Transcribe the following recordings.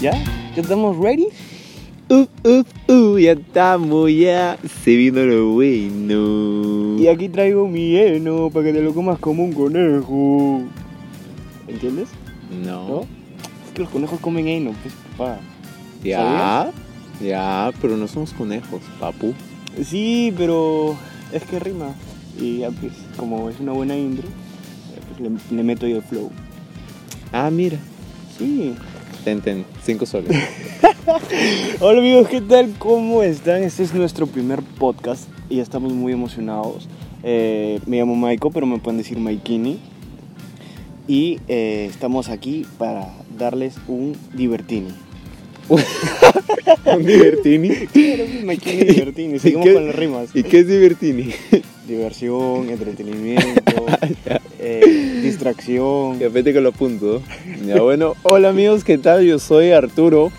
¿Ya? ¿Ya estamos ready? Uh, uh, uh, ya estamos, ya. Se vino lo bueno. Y aquí traigo mi heno para que te lo comas como un conejo. ¿Entiendes? No. Es que los conejos comen heno, pues papá. Ya. Ya, pero no somos conejos, papu. Sí, pero es que rima. Y ya, pues, como es una buena intro, ya, pues, le, le meto yo el flow. Ah, mira. Sí. Ten, ten. Cinco soles. Hola amigos, ¿qué tal? ¿Cómo están? Este es nuestro primer podcast y estamos muy emocionados. Eh, me llamo Maiko, pero me pueden decir Maikini. Y eh, estamos aquí para darles un divertini. ¿Un divertini? Claro, pues, Maikini divertini. Seguimos ¿Y qué- con las rimas. ¿Y qué es divertini? Diversión, entretenimiento, Ah, eh, distracción. Ya vete que lo apunto. Ya bueno. Hola amigos, ¿qué tal? Yo soy Arturo,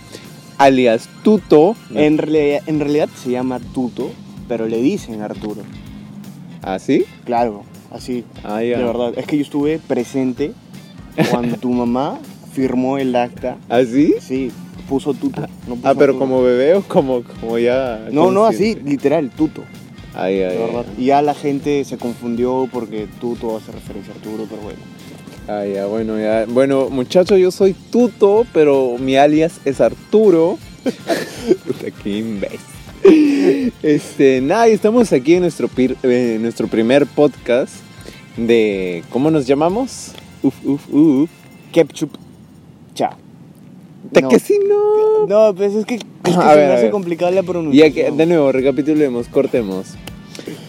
alias Tuto. En, realidad- en realidad se llama Tuto, pero le dicen Arturo. ¿Ah, sí? Claro, así. Ah, ya. De verdad, es que yo estuve presente cuando tu mamá firmó el acta. ¿Ah, sí? Sí, puso tuto. no puso Ah, pero Arturo. como bebé o como, como ya. No, no, así, consciente? literal, tuto. Ay, ay, De ay. verdad. Y ya la gente se confundió porque tuto hace referencia a Arturo, pero bueno. Ah, ya, bueno, ya. Bueno, muchachos, yo soy Tuto, pero mi alias es Arturo. Puta, qué imbécil. Este, nada, y estamos aquí en nuestro, pir- eh, nuestro primer podcast de. ¿Cómo nos llamamos? Uf, uf, uf. Ketchup. Cha. ¿De No. qué si no? No, pues es que, es que A se ver, me a hace ver. complicada la Ya que, pronunciación. de nuevo, recapitulemos, cortemos.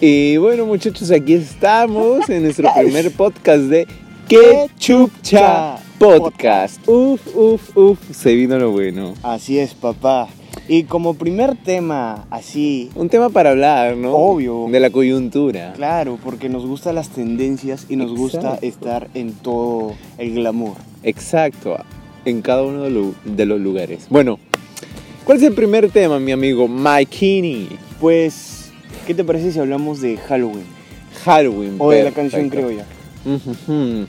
Y bueno, muchachos, aquí estamos en nuestro primer podcast de Qué Chupcha Podcast. Uf, uf, uf, se vino lo bueno. Así es, papá. Y como primer tema, así, Un tema para hablar, ¿no? Obvio. De la coyuntura. claro, porque nos gustan las tendencias y nos gusta Exacto. estar en todo el glamour. Exacto, en cada uno de, lu- de los lugares. Bueno, ¿cuál es el primer tema, mi amigo? Maikini. Pues, ¿qué te parece si hablamos de Halloween? Halloween. O de la perfecto. canción criolla. Ujujú.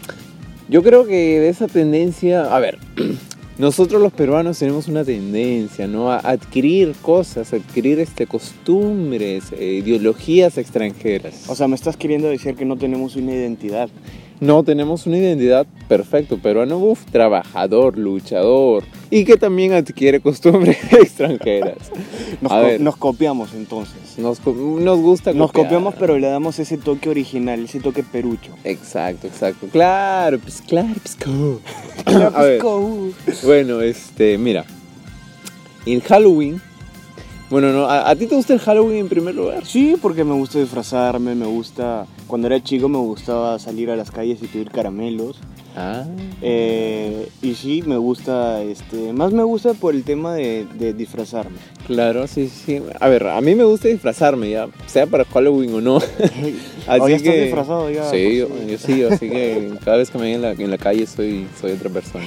Yo creo que de esa tendencia, a ver, nosotros los peruanos tenemos una tendencia, ¿no? A adquirir cosas, adquirir este, costumbres, eh, ideologías extranjeras. O sea, me estás queriendo decir que no tenemos una identidad. No tenemos una identidad perfecto peruano, uf, trabajador, luchador y que también adquiere costumbres extranjeras. Nos, A co- ver. nos copiamos entonces. Nos, co- nos gusta Nos copiar. copiamos, pero le damos ese toque original, ese toque perucho. Exacto, exacto. Claro, pues claro, pues co. A pues, ver, bueno, este, mira. El Halloween. Bueno, no, ¿a, a ti te gusta el Halloween en primer lugar? Sí, porque me gusta disfrazarme, me gusta. Cuando era chico me gustaba salir a las calles y pedir caramelos. Ah. Eh, y sí, me gusta, este, más me gusta por el tema de, de disfrazarme. Claro, sí, sí. A ver, a mí me gusta disfrazarme, ya, sea para Halloween o no. Así Ahora estás que- disfrazado ya. pues, Sí, yo, por si- yo sí, así que cada vez que me ven en la, en la calle soy, soy otra persona.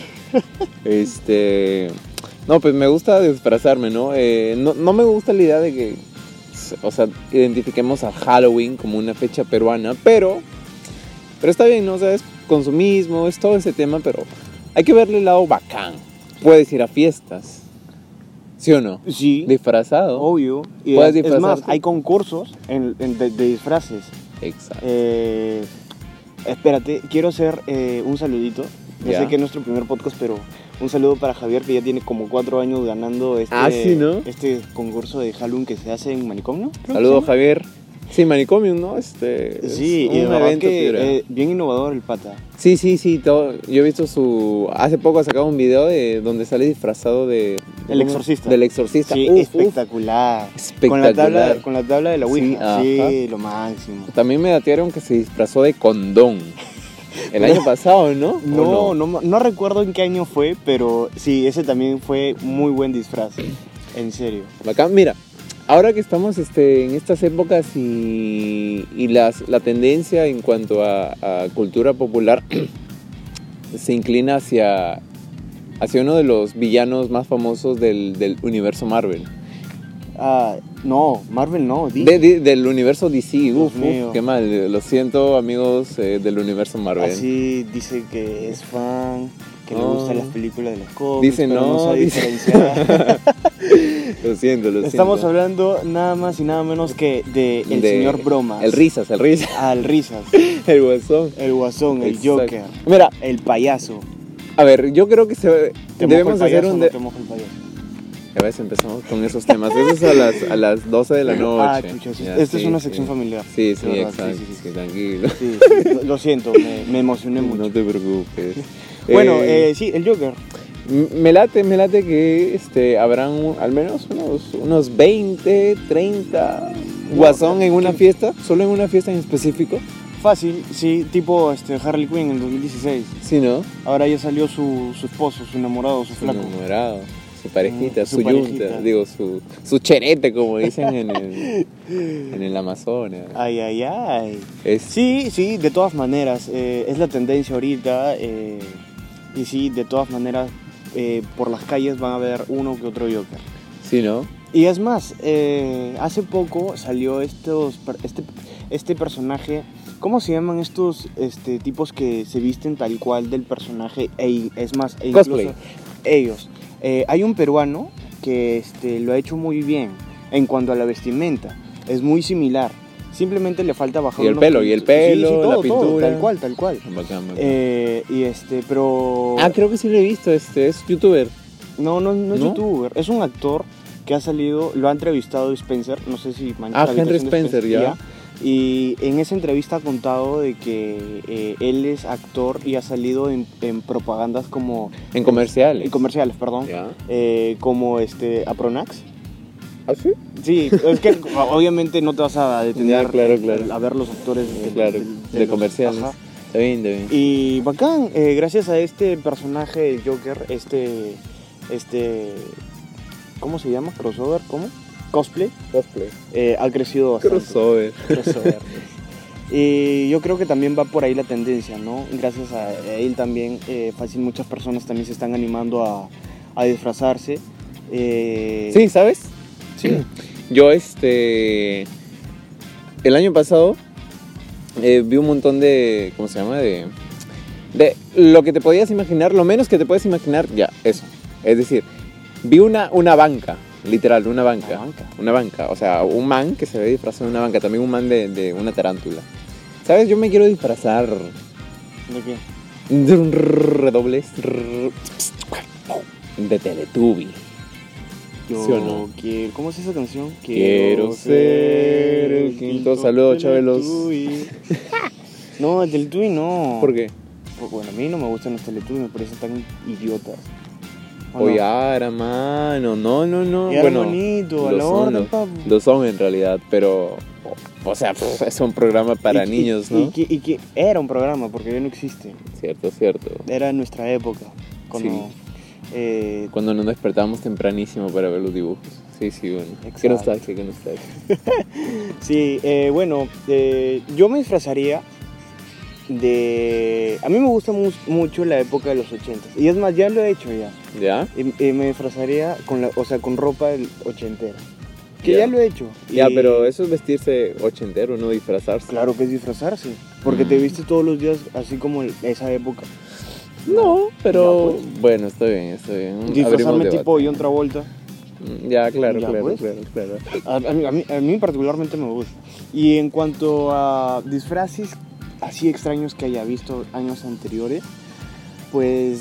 Este. No, pues me gusta disfrazarme, ¿no? Eh, ¿no? No me gusta la idea de que, o sea, identifiquemos a Halloween como una fecha peruana, pero. Pero está bien, ¿no? O sea, es consumismo, es todo ese tema, pero hay que verle el lado bacán. Puedes ir a fiestas, ¿sí o no? Sí, Disfrazado. obvio. Y Puedes es, es más, disfrazarte. hay concursos en- en- de- de disfraces. Exacto. Eh, espérate, quiero hacer eh, un saludito. Ya, Ya. sé que es nuestro primer podcast, pero un saludo para Javier que ya tiene como cuatro años ganando este, Ah, sí, ¿no? este concurso de Halloween que se hace en Manicomio. creo que se Saludos, llama. Javier. Sí, Manicomio, ¿no? Este, es Sí, y de un verdad evento que, piola. eh, bien innovador el pata. Sí, sí, sí. todo- Yo he visto su. Hace poco ha sacado un video de donde sale disfrazado de. El exorcista. Del exorcista. Sí, Uf, uf. espectacular. Con la Espectacular. tabla, con la tabla de la Sí, Ouija. ajá. Sí, lo máximo. También me datearon que se disfrazó de condón. El año pasado, ¿no? ¿O No, no, ma- no recuerdo en qué año fue, pero sí, ese también fue muy buen disfraz. En serio. Bacán, mira, ahora que estamos este, en estas épocas y, y las, la tendencia en cuanto a, a cultura popular se inclina hacia, hacia uno de los villanos más famosos del, del universo Marvel. Ah, no, Marvel no, di. De- de- del universo DC, Dios uf, uf, mío. qué mal. Lo siento, amigos eh, del universo Ah, Marvel. Así dice que es fan, que le No. gustan las películas de los cómics, Dice pero no, sabe dice- diferenciar. Lo siento, lo Estamos siento. hablando nada más y nada menos que de el De- señor Bromas. El Risas, el Risas, Al Risas, el Guasón. el Guasón, el Exacto. Joker, Mira, el payaso. a ver, yo creo que se, ¿Te mojo debemos el payaso hacer o un... no de- te mojo el payaso? A veces empezamos con esos temas. Eso es a las, a las 12 de la Ah, noche. chucha, sí. Ya, Esto es sí, una sí. sección familiar. Sí, sí, De verdad, exacto. sí, sí, sí. sí, tranquilo. Sí, sí, lo- lo siento, me, me emocioné mucho. No te preocupes. Bueno, Eh, eh, sí, el Joker. m- me late, me late que este, habrán un- al menos unos, unos 20, 30 No, guasón ¿qué? en una fiesta, solo en una fiesta en específico. Fácil, sí, tipo este, Harley Quinn en 2016. Sí, ¿no? Ahora ya salió su, su esposo, su enamorado, su Su flaco. enamorado, su parejita, Mm, su su, parejita. yunta, digo, su, su cherete, como dicen en el, en el Amazonas. Ay, ay, ay. Es- Ah, Sí, sí, de todas maneras, eh, es la tendencia ahorita. eh, y sí, de todas maneras, eh, por las calles van a haber uno que otro Joker. sí, ¿no? Y es más, eh, hace poco salió estos, per- este, este personaje. ¿Cómo se llaman estos este, tipos que se visten tal cual del personaje? E- es más, e incluso Cosplay. ellos. Eh, hay un peruano que este, lo ha hecho muy bien en cuanto a la vestimenta. Es muy similar. Simplemente le falta bajar Y el unos pelo, y el puntos. Sí, sí, pelo, todo, la todo, pintura. tal cual, tal cual. Bacán, bacán. Eh, y este, pero. ah, creo que sí lo he visto, este, es youtuber. No, no, no es ¿No? youtuber, es un actor que ha salido, lo ha entrevistado Spencer, no sé si Ah, la Henry habitación de Spencer, ya. Y en esa entrevista ha contado de que eh, él es actor y ha salido en, en propagandas como... En comerciales. En comerciales, perdón. ¿Ya? eh, como este, Apronax. ¿Ah, sí? Sí, es que obviamente no te vas a detener Ya, claro, claro. a ver los actores de, Claro, de, los- comerciales. ajá. Está bien, está bien. Y bacán, eh, gracias a este personaje del Joker, este, este, ¿cómo se llama? Crossover, ¿cómo? Cosplay, Cosplay. eh, ha crecido bastante. Crossover. Crossover. Y yo creo que también va por ahí la tendencia, ¿no? Gracias a él también, eh, fácil, muchas personas también se están animando a, a disfrazarse. eh, Sí, ¿sabes? sí. Yo, este. El año pasado eh, vi un montón de. ¿Cómo se llama? De. De lo que te podías imaginar, lo menos que te puedes imaginar, ya, eso. Es decir, vi una, una banca, literal, una banca. Una banca. Una banca, o sea, un man que se ve disfrazado de una banca, también un man de, de una tarántula. ¿Sabes? Yo me quiero disfrazar ¿De qué? de un redobles de Teletubby. Yo ¿Sí o no? quiero, ¿cómo es esa canción? Quiero ser el quinto. Saludos, Chabelos. Teletubby. No, el Teletubby no. ¿Por qué? Pues, bueno, a mí no me gustan los Teletubbies, me parecen tan idiotas. ¿O Oye, no? ah, ahora, mano, no, no, no. Y eran bueno, bonito, a la son, orden, lo- papu. lo son en realidad, pero, o sea, pf, es un programa para Y- y- niños, y, ¿no? que, y que era un programa, porque ya no existe. Cierto, cierto. Era nuestra época. Cuando, Sí. eh, Cuando nos despertamos tempranísimo para ver los dibujos. Sí, sí, bueno. Qué Exacto. nostalgia, qué nostalgia. Sí, eh, bueno, eh, yo me disfrazaría de... A mí me gusta mu- mucho la época de los 80. Y es más, ya lo he hecho ya. ¿Ya? Y- y me disfrazaría con, la, o sea, con ropa del ochentera. Que Ya. ya lo he hecho. Ya, Y- pero eso es vestirse ochentero, no disfrazarse. Claro que es disfrazarse. Porque te Mm. viste todos los días así como en esa época. No, Ya, pues. pero bueno, está bien, está bien. Mm, Abrimos Disfrazarme debate. tipo John Travolta. Mm, Ya, claro, Ya, claro, pues. claro, claro. A, a mí, a mí- a mí particularmente me gusta. Y en cuanto a disfraces así extraños que haya visto años anteriores, pues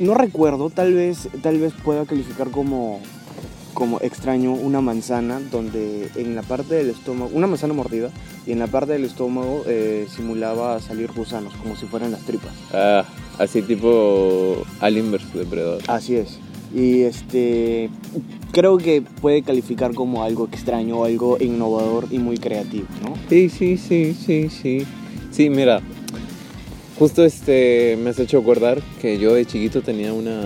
no recuerdo, tal vez, tal vez pueda calificar como, como extraño una manzana donde en la parte del estómago, una manzana mordida, y en la parte del estómago eh, simulaba salir gusanos, como si fueran las tripas. Ah, así tipo Alien vs Depredador. Así es. Y este creo que puede calificar como algo extraño, algo innovador y muy creativo, ¿no? Sí, sí, sí, sí, sí. Sí, mira, justo este me has hecho acordar que yo de chiquito tenía una,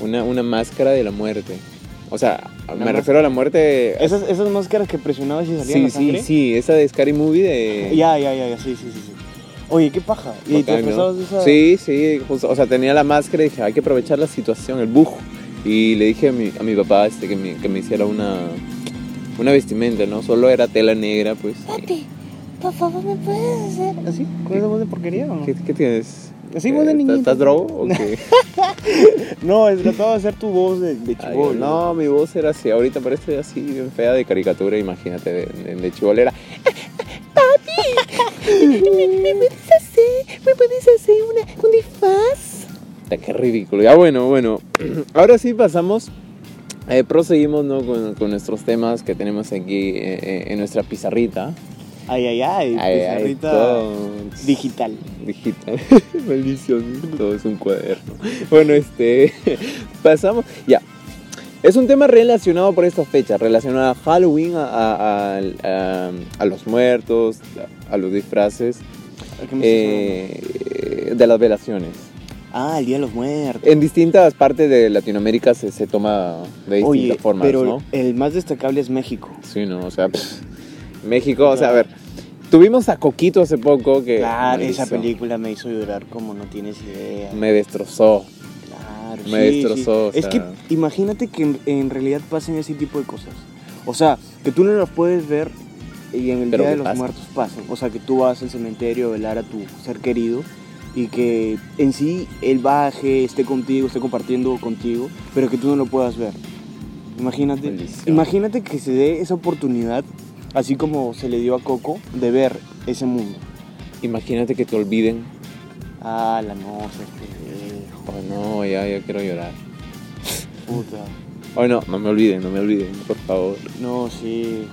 una, una máscara de la muerte. O sea, Una me más- refiero a la muerte. Esas, esas máscaras que presionabas y salían la sí, sí, sangre. sí, esa de Scary Movie de. Ya, ya, ya, ya, sí, sí, sí, sí. Oye, qué paja. Y te Bacán, ¿no? disfrazabas de esa Sí, sí, justo, o sea, tenía la máscara y dije, hay que aprovechar la situación, el bujo. Y le dije a mi, a mi papá este, que, me, que me hiciera una, una vestimenta, ¿no? Solo era tela negra, pues. Papi, por favor, ¿me puedes hacer así? ¿Con esa voz de porquería o no? ¿Qué, qué tienes? Así voz de Eh, niñito. ¿Estás drogo o qué? No, es- trataba de hacer tu voz de, de Ay, chibolo. no, mi voz era así. Ahorita parece así, bien fea de caricatura, imagínate, de, de, de chibolera. ¿Me puedes hacer, me puedes hacer una, un disfraz? Puta, Qué ridículo. Ya bueno, bueno. Ahora sí pasamos. eh, proseguimos ¿no? con, con nuestros temas que tenemos aquí eh, eh, en nuestra pizarrita. Ay, ay, ay. Ay, ay, pizarrita todo digital. digital. Maldición, todo es un cuaderno. Bueno, este. Pasamos. Ya. Es un tema relacionado por estas fechas, relacionado a Halloween, a, a- al- a- a los muertos, a los disfraces, ¿A qué me estás eh, de las velaciones. hablando? ah, el Día de los Muertos. En distintas partes de Latinoamérica se, se toma de distintas Oye, formas, pero ¿no? el más destacable es México. Sí, no, o sea, pff, México, o sea, a ver, tuvimos a Coquito hace poco que... Claro, esa maldición, película me hizo llorar como no tienes idea. Me destrozó. Claro, me destrozó, o Es que sea. imagínate que en, en realidad pasen ese tipo de cosas. O sea, que tú no las puedes ver y en el Pero Día de que los pasen. Muertos pasen. O sea, que tú vas al cementerio a velar a tu ser querido y que en sí él baje, esté contigo, esté compartiendo contigo, pero que tú no lo puedas ver. Imagínate, Maldición. imagínate que se dé esa oportunidad, así como se le dio a Coco, de ver ese mundo. Imagínate que te olviden. Ah, la no, seas pendejo, Oh, no, ya, ya quiero llorar. puta. Oh, no, no me olviden, no me olviden, por favor. No, sí.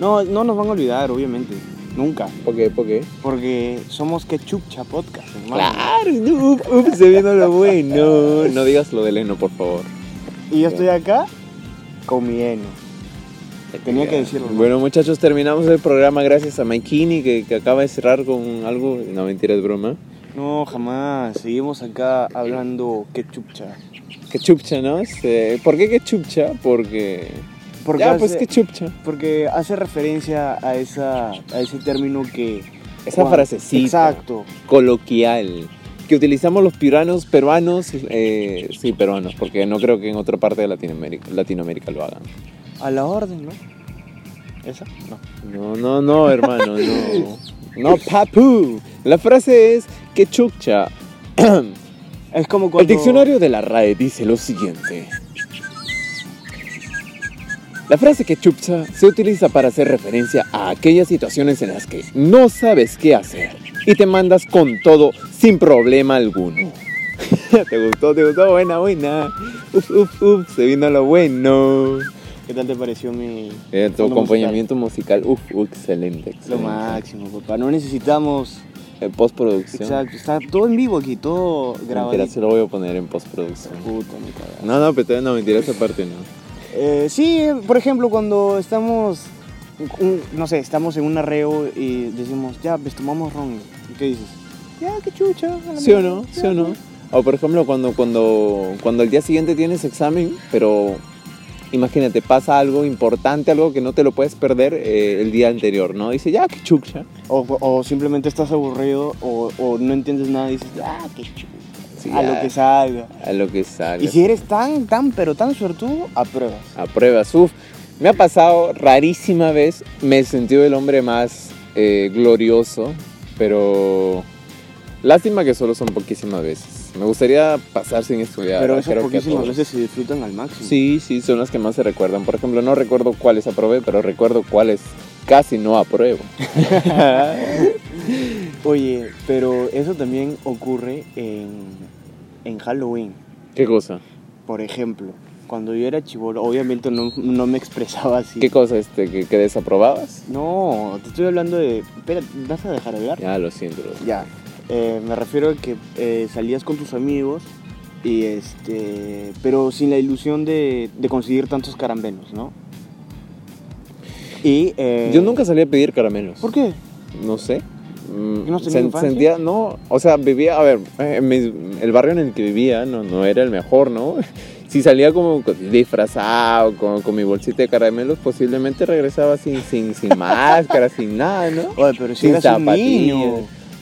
No, no nos van a olvidar, obviamente. Nunca. ¿Por qué? ¿Por qué? Porque somos que chupcha podcast, hermano. Claro, ups, ups, se vino lo bueno. No digas lo del heno, por favor. Y yo estoy acá con mi heno. Tenía que decirlo, ¿no? Bueno, muchachos, terminamos el programa gracias a Maikini que, que acaba de cerrar con algo. No, mentira, es broma. No, jamás. Seguimos acá hablando que chupcha. Que chupcha, ¿no? Este, ¿Por qué que chupcha? Porque. Porque, ya, hace, pues que chupcha. porque hace referencia a, esa, a ese término que... Esa Juan- frasecita. Exacto. Coloquial. Que utilizamos los peruanos, peruanos, eh, sí, peruanos, porque no creo que en otra parte de Latinoamérica, Latinoamérica lo hagan. A la orden, ¿no? ¿Esa? No. No, no, no, hermano, no. No, papu. La frase es que chupcha. Es como cuando... El diccionario de la RAE dice lo siguiente. La frase que chupcha se utiliza para hacer referencia a aquellas situaciones en las que no sabes qué hacer y te mandas con todo sin problema alguno. ¿Te gustó? ¿Te gustó? Buena, buena. Uf, uf, uf, se vino lo bueno. ¿Qué tal te pareció mi... Eh, tu fondo acompañamiento musical, uf, uf, musical? excelente. Lo excelente. máximo, papá. No necesitamos... Eh, postproducción. Exacto, está todo en vivo aquí, todo grabado. Mentira, se lo voy a poner en postproducción. Puta, me cagas. No, no, pero todavía no, mentira, esa parte no. Eh, sí, por ejemplo, cuando estamos, un- no sé, estamos en un arreo y decimos, ya, pues tomamos ron. ¿Y ¿Qué dices? Ya, qué chucha. a la ¿Sí o mierda, no? ya, ¿Sí o no? O por ejemplo, cuando, cuando, cuando el día siguiente tienes examen, pero imagínate, pasa algo importante, algo que no te lo puedes perder eh, el día anterior, ¿no? Dice, ya, que chucha. O, o simplemente estás aburrido o, o no entiendes nada y dices, ah, qué chucha. Sí, a ya, lo que salga. A lo que salga. Y si eres tan, tan, pero tan suertudo, apruebas. A pruebas, uf. Me ha pasado rarísima vez, me he sentido el hombre más eh, glorioso, pero lástima que solo son poquísimas veces. Me gustaría pasar sin estudiar. pero creo esas que a poquísimas todos. veces se disfrutan al máximo. Sí, sí, son las que más se recuerdan. Por ejemplo, no recuerdo cuáles aprobé, pero recuerdo cuáles casi no apruebo. Oye, pero eso también ocurre en, en Halloween. ¿Qué cosa? Por ejemplo, cuando yo era chivolo, obviamente no, no me expresaba así. ¿Qué cosa este que, que desaprobabas? No, te estoy hablando de... Espera, ¿vas a dejar hablar? Ya, lo siento. lo siento. Ya. Eh, me refiero a que eh, salías con tus amigos y este... Pero sin la ilusión de, de conseguir tantos carambelos, ¿no? Y... eh, Yo nunca salí a pedir caramelos. ¿Por qué? No sé. Mm, ¿No has tenido infancia? sentía, no, o sea, vivía, a ver, eh, mi- el barrio en el que vivía no, no era el mejor, ¿no? Si salía como con- disfrazado, con, con mi bolsita de caramelos, posiblemente regresaba sin, sin, sin máscara, sin nada, ¿no? Oye, pero si Sin eras un zapatillas. niño.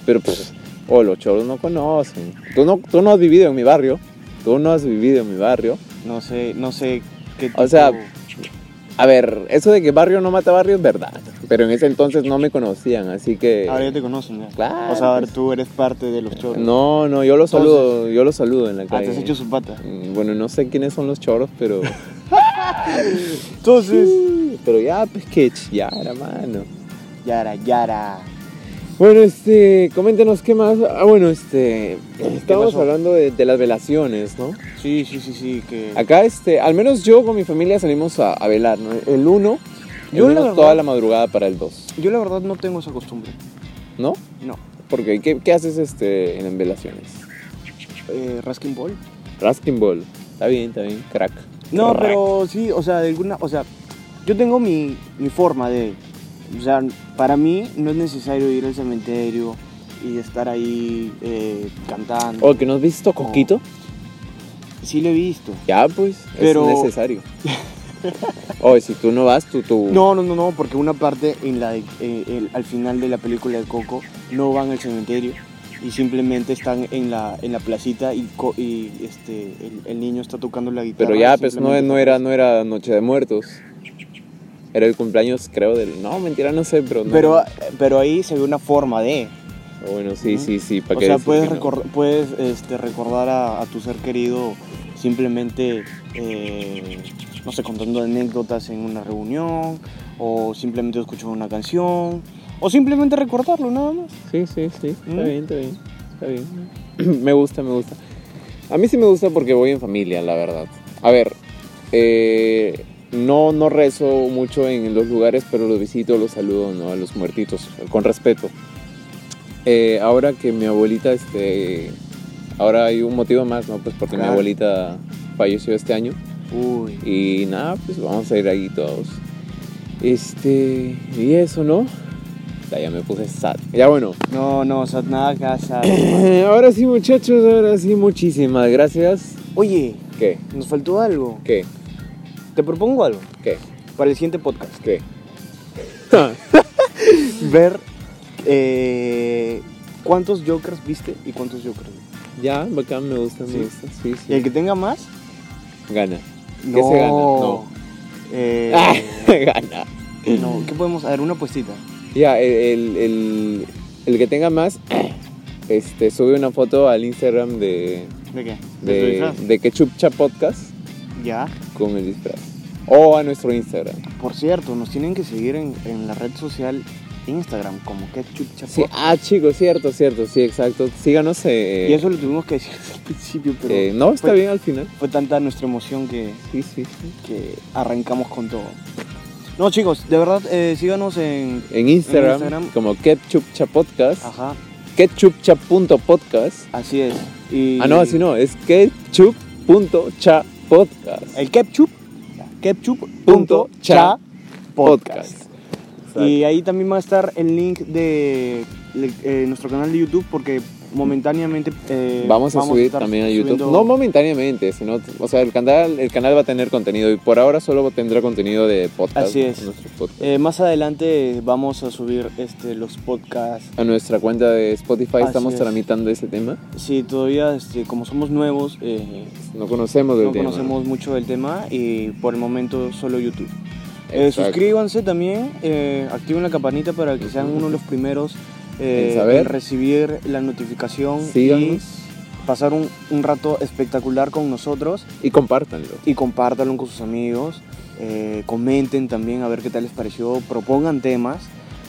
Pero, pues, oh, los choros no conocen. Tú no, tú no has vivido en mi barrio. Tú no has vivido en mi barrio. No sé, no sé qué O sea, A ver, eso de que barrio no mata barrio es verdad, pero en ese entonces no me conocían, así que... Ahora Ah, ya te conocen, ya. eh, Claro, O sea, ahora pues. tú eres parte de los choros. No, no, yo lo Entonces- saludo, yo lo saludo en la Ah, calle. te has hecho su pata. Mm, Bueno, no sé quiénes son los choros, pero... Entonces. pero ya, pues que ya, mano. Yara, Yara. Bueno, este, coméntenos qué más. Ah, bueno, este, estamos pasó? hablando de, de las velaciones, ¿no? Sí, sí, sí, sí, que. Acá, este, al menos yo con mi familia salimos a, a velar, ¿no? El 1, Yo, yo la toda verdad- la madrugada para el 2, Yo la verdad no tengo esa costumbre. ¿no? No. Porque, ¿qué, qué haces este, en las velaciones? Eh, Raskin Ball. Raskin Ball. Está bien, está bien, crack. No, Crack. pero sí, o sea, de alguna. O sea, yo tengo mi, mi forma de. O sea, para mí no es necesario ir al cementerio y estar ahí eh, cantando. Oh, ¿que no has visto Coquito? Sí lo he visto. Ya, pues, Pero- es necesario. Oye, si tú no vas, tú, tú... No, no, no, no, porque una parte en la de- eh, el- al final de la película de Coco no van al cementerio y simplemente están en la, en la placita y, co- y, este, el, el niño está tocando la guitarra. Pero ya, pues no, simplemente. no, era, no era Noche de Muertos. Era el cumpleaños, creo, del... No, mentira, no sé, pero... No. Oh, Pero, pero ahí se ve una forma de... Bueno, sí, Ujú. sí, sí. ¿para O qué sea, decir puedes, que no? recor- puedes este, recordar a, a tu ser querido simplemente, eh, no sé, contando anécdotas en una reunión o simplemente escuchando una canción o simplemente recordarlo, nada más. Sí, sí, sí. Está Mm. bien, está bien. Está bien. me gusta, me gusta. A mí sí me gusta porque voy en familia, la verdad. A ver, eh, no, no rezo mucho en los lugares, pero los visito, los saludo ¿no? a los muertitos, con respeto. Eh, ahora que mi abuelita, este, ahora hay un motivo más, ¿no? Pues porque mi Claro. abuelita falleció este año. Uy. Y nada, pues vamos a ir ahí todos. Este, y eso, ¿no? Ya, ya me puse sad. Ya bueno. No, no, Satnada Casa. Eh, Ahora sí, muchachos, ahora sí, muchísimas gracias. Oye, ¿Qué? nos faltó algo. ¿Qué? Te propongo algo ¿Qué? para el siguiente podcast. ¿Qué? Ah, Ver eh, cuántos Jokers viste y cuántos Jokers. no. ya, bacán, me gusta, Sí. me gusta. Sí, Y el sí. que tenga más, Gana. no. se gana? No. Eh, Ah, Gana. no, ¿Qué podemos hacer? Una puestita. Ya, el, el- el- el que tenga más, este, sube una foto al Instagram de, ¿De qué? tu de, disfraz? de Ketchupcha Podcast Ya. con el disfraz. O a nuestro Instagram. Por cierto, nos tienen que seguir en, en la red social Instagram como Ketchup Chapot. Sí, ah, chicos, cierto, cierto, sí, exacto. Síganos. eh, Y eso Pues- lo tuvimos que decir al principio, pero eh, no, está fue- bien al final. fue tanta nuestra emoción que... Sí, sí, sí. que arrancamos con todo. No, chicos, de verdad, eh, síganos en. En Instagram, Instagram. como Ketchupcha Podcast. Ajá, Ketchupcha.podcast. así es. Y- Ah, no, así no, es Ketchup.cha Podcast. El ketchup. Punto Ketchup.cha cha podcast. Y Y eh, ahí también va a estar el link de le- eh, nuestro canal de YouTube porque momentáneamente. eh, vamos a subir estar también a YouTube. subiendo- No momentáneamente, sino, o sea, el canal, el canal va a tener contenido y por ahora solo tendrá contenido de podcast. Así es. a nuestro podcast. Eh, más adelante vamos a subir este, los podcasts. A nuestra cuenta de Spotify Así estamos es. tramitando ese tema. Sí, todavía este, como somos nuevos, eh, No conocemos del no tema. conocemos mucho del tema y por el momento solo YouTube. Eh, Exacto. suscríbanse también, eh, activen la campanita para que sean uno de los primeros eh, En saber. en recibir la notificación Síganos y pasar un, un rato espectacular con nosotros y compártanlo. y compártanlo con sus amigos. eh, comenten también a ver qué tal les pareció, propongan temas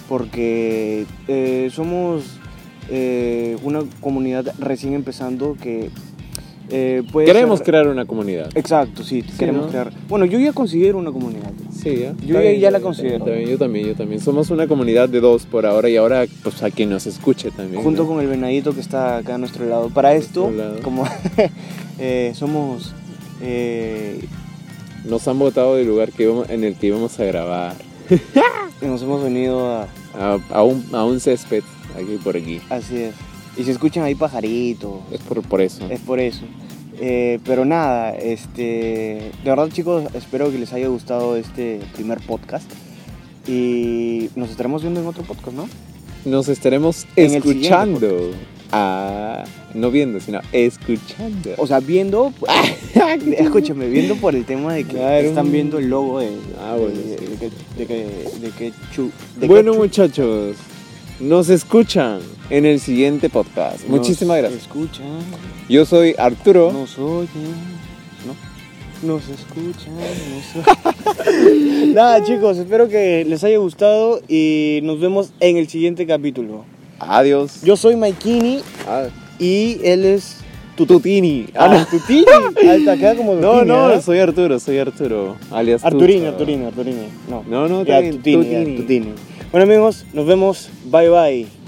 porque eh, somos eh, una comunidad recién empezando que eh, puede Queremos ser- crear una comunidad. Exacto, sí, queremos ¿no? crear. Bueno, yo ya considero una comunidad. Sí, ya. Yo ya- Está bien, ya la está bien, considero. está bien, yo también, yo también. Somos una comunidad de dos por ahora y ahora, pues a quien nos escuche también. junto ¿no? con el venadito que está acá a nuestro lado. Para esto, nuestro lado. como eh, somos eh, Nos han votado del lugar que íbamos- en el que íbamos a grabar. nos hemos venido a A, a un, a un césped, aquí por aquí. así es. Y si escuchan ahí pajaritos, Es por, por eso. es por eso. Eh, pero nada, este, de verdad chicos, espero que les haya gustado este primer podcast y nos estaremos viendo en otro podcast, ¿no? Nos estaremos En el siguiente escuchando Ah, no viendo, sino escuchando. O sea, viendo. escúchame, viendo por el tema de que Claro. están viendo el logo de. Ah, bueno, de, sí. de que. De que. De que chu- de bueno, que chu- muchachos, nos escuchan en el siguiente podcast. nos Muchísimas gracias. Escucha. Yo soy Arturo. Nos oyen. ¿No? Nos escuchan. Nos oyen. Nada, chicos, espero que les haya gustado y nos vemos en el siguiente capítulo. Adiós. Yo soy Maikini Ah, y él es. Tututini. Ah, Ah, Tutini. Ahí está, queda como no, Tutini, no, ¿ah? no, soy Arturo, soy Arturo. Alias Arturini, Tuta. Arturini, Arturini. ah. No. No, no, Ya, está bien, Tutini, ya, Tutini. Tutini. Bueno amigos, nos vemos. Bye bye.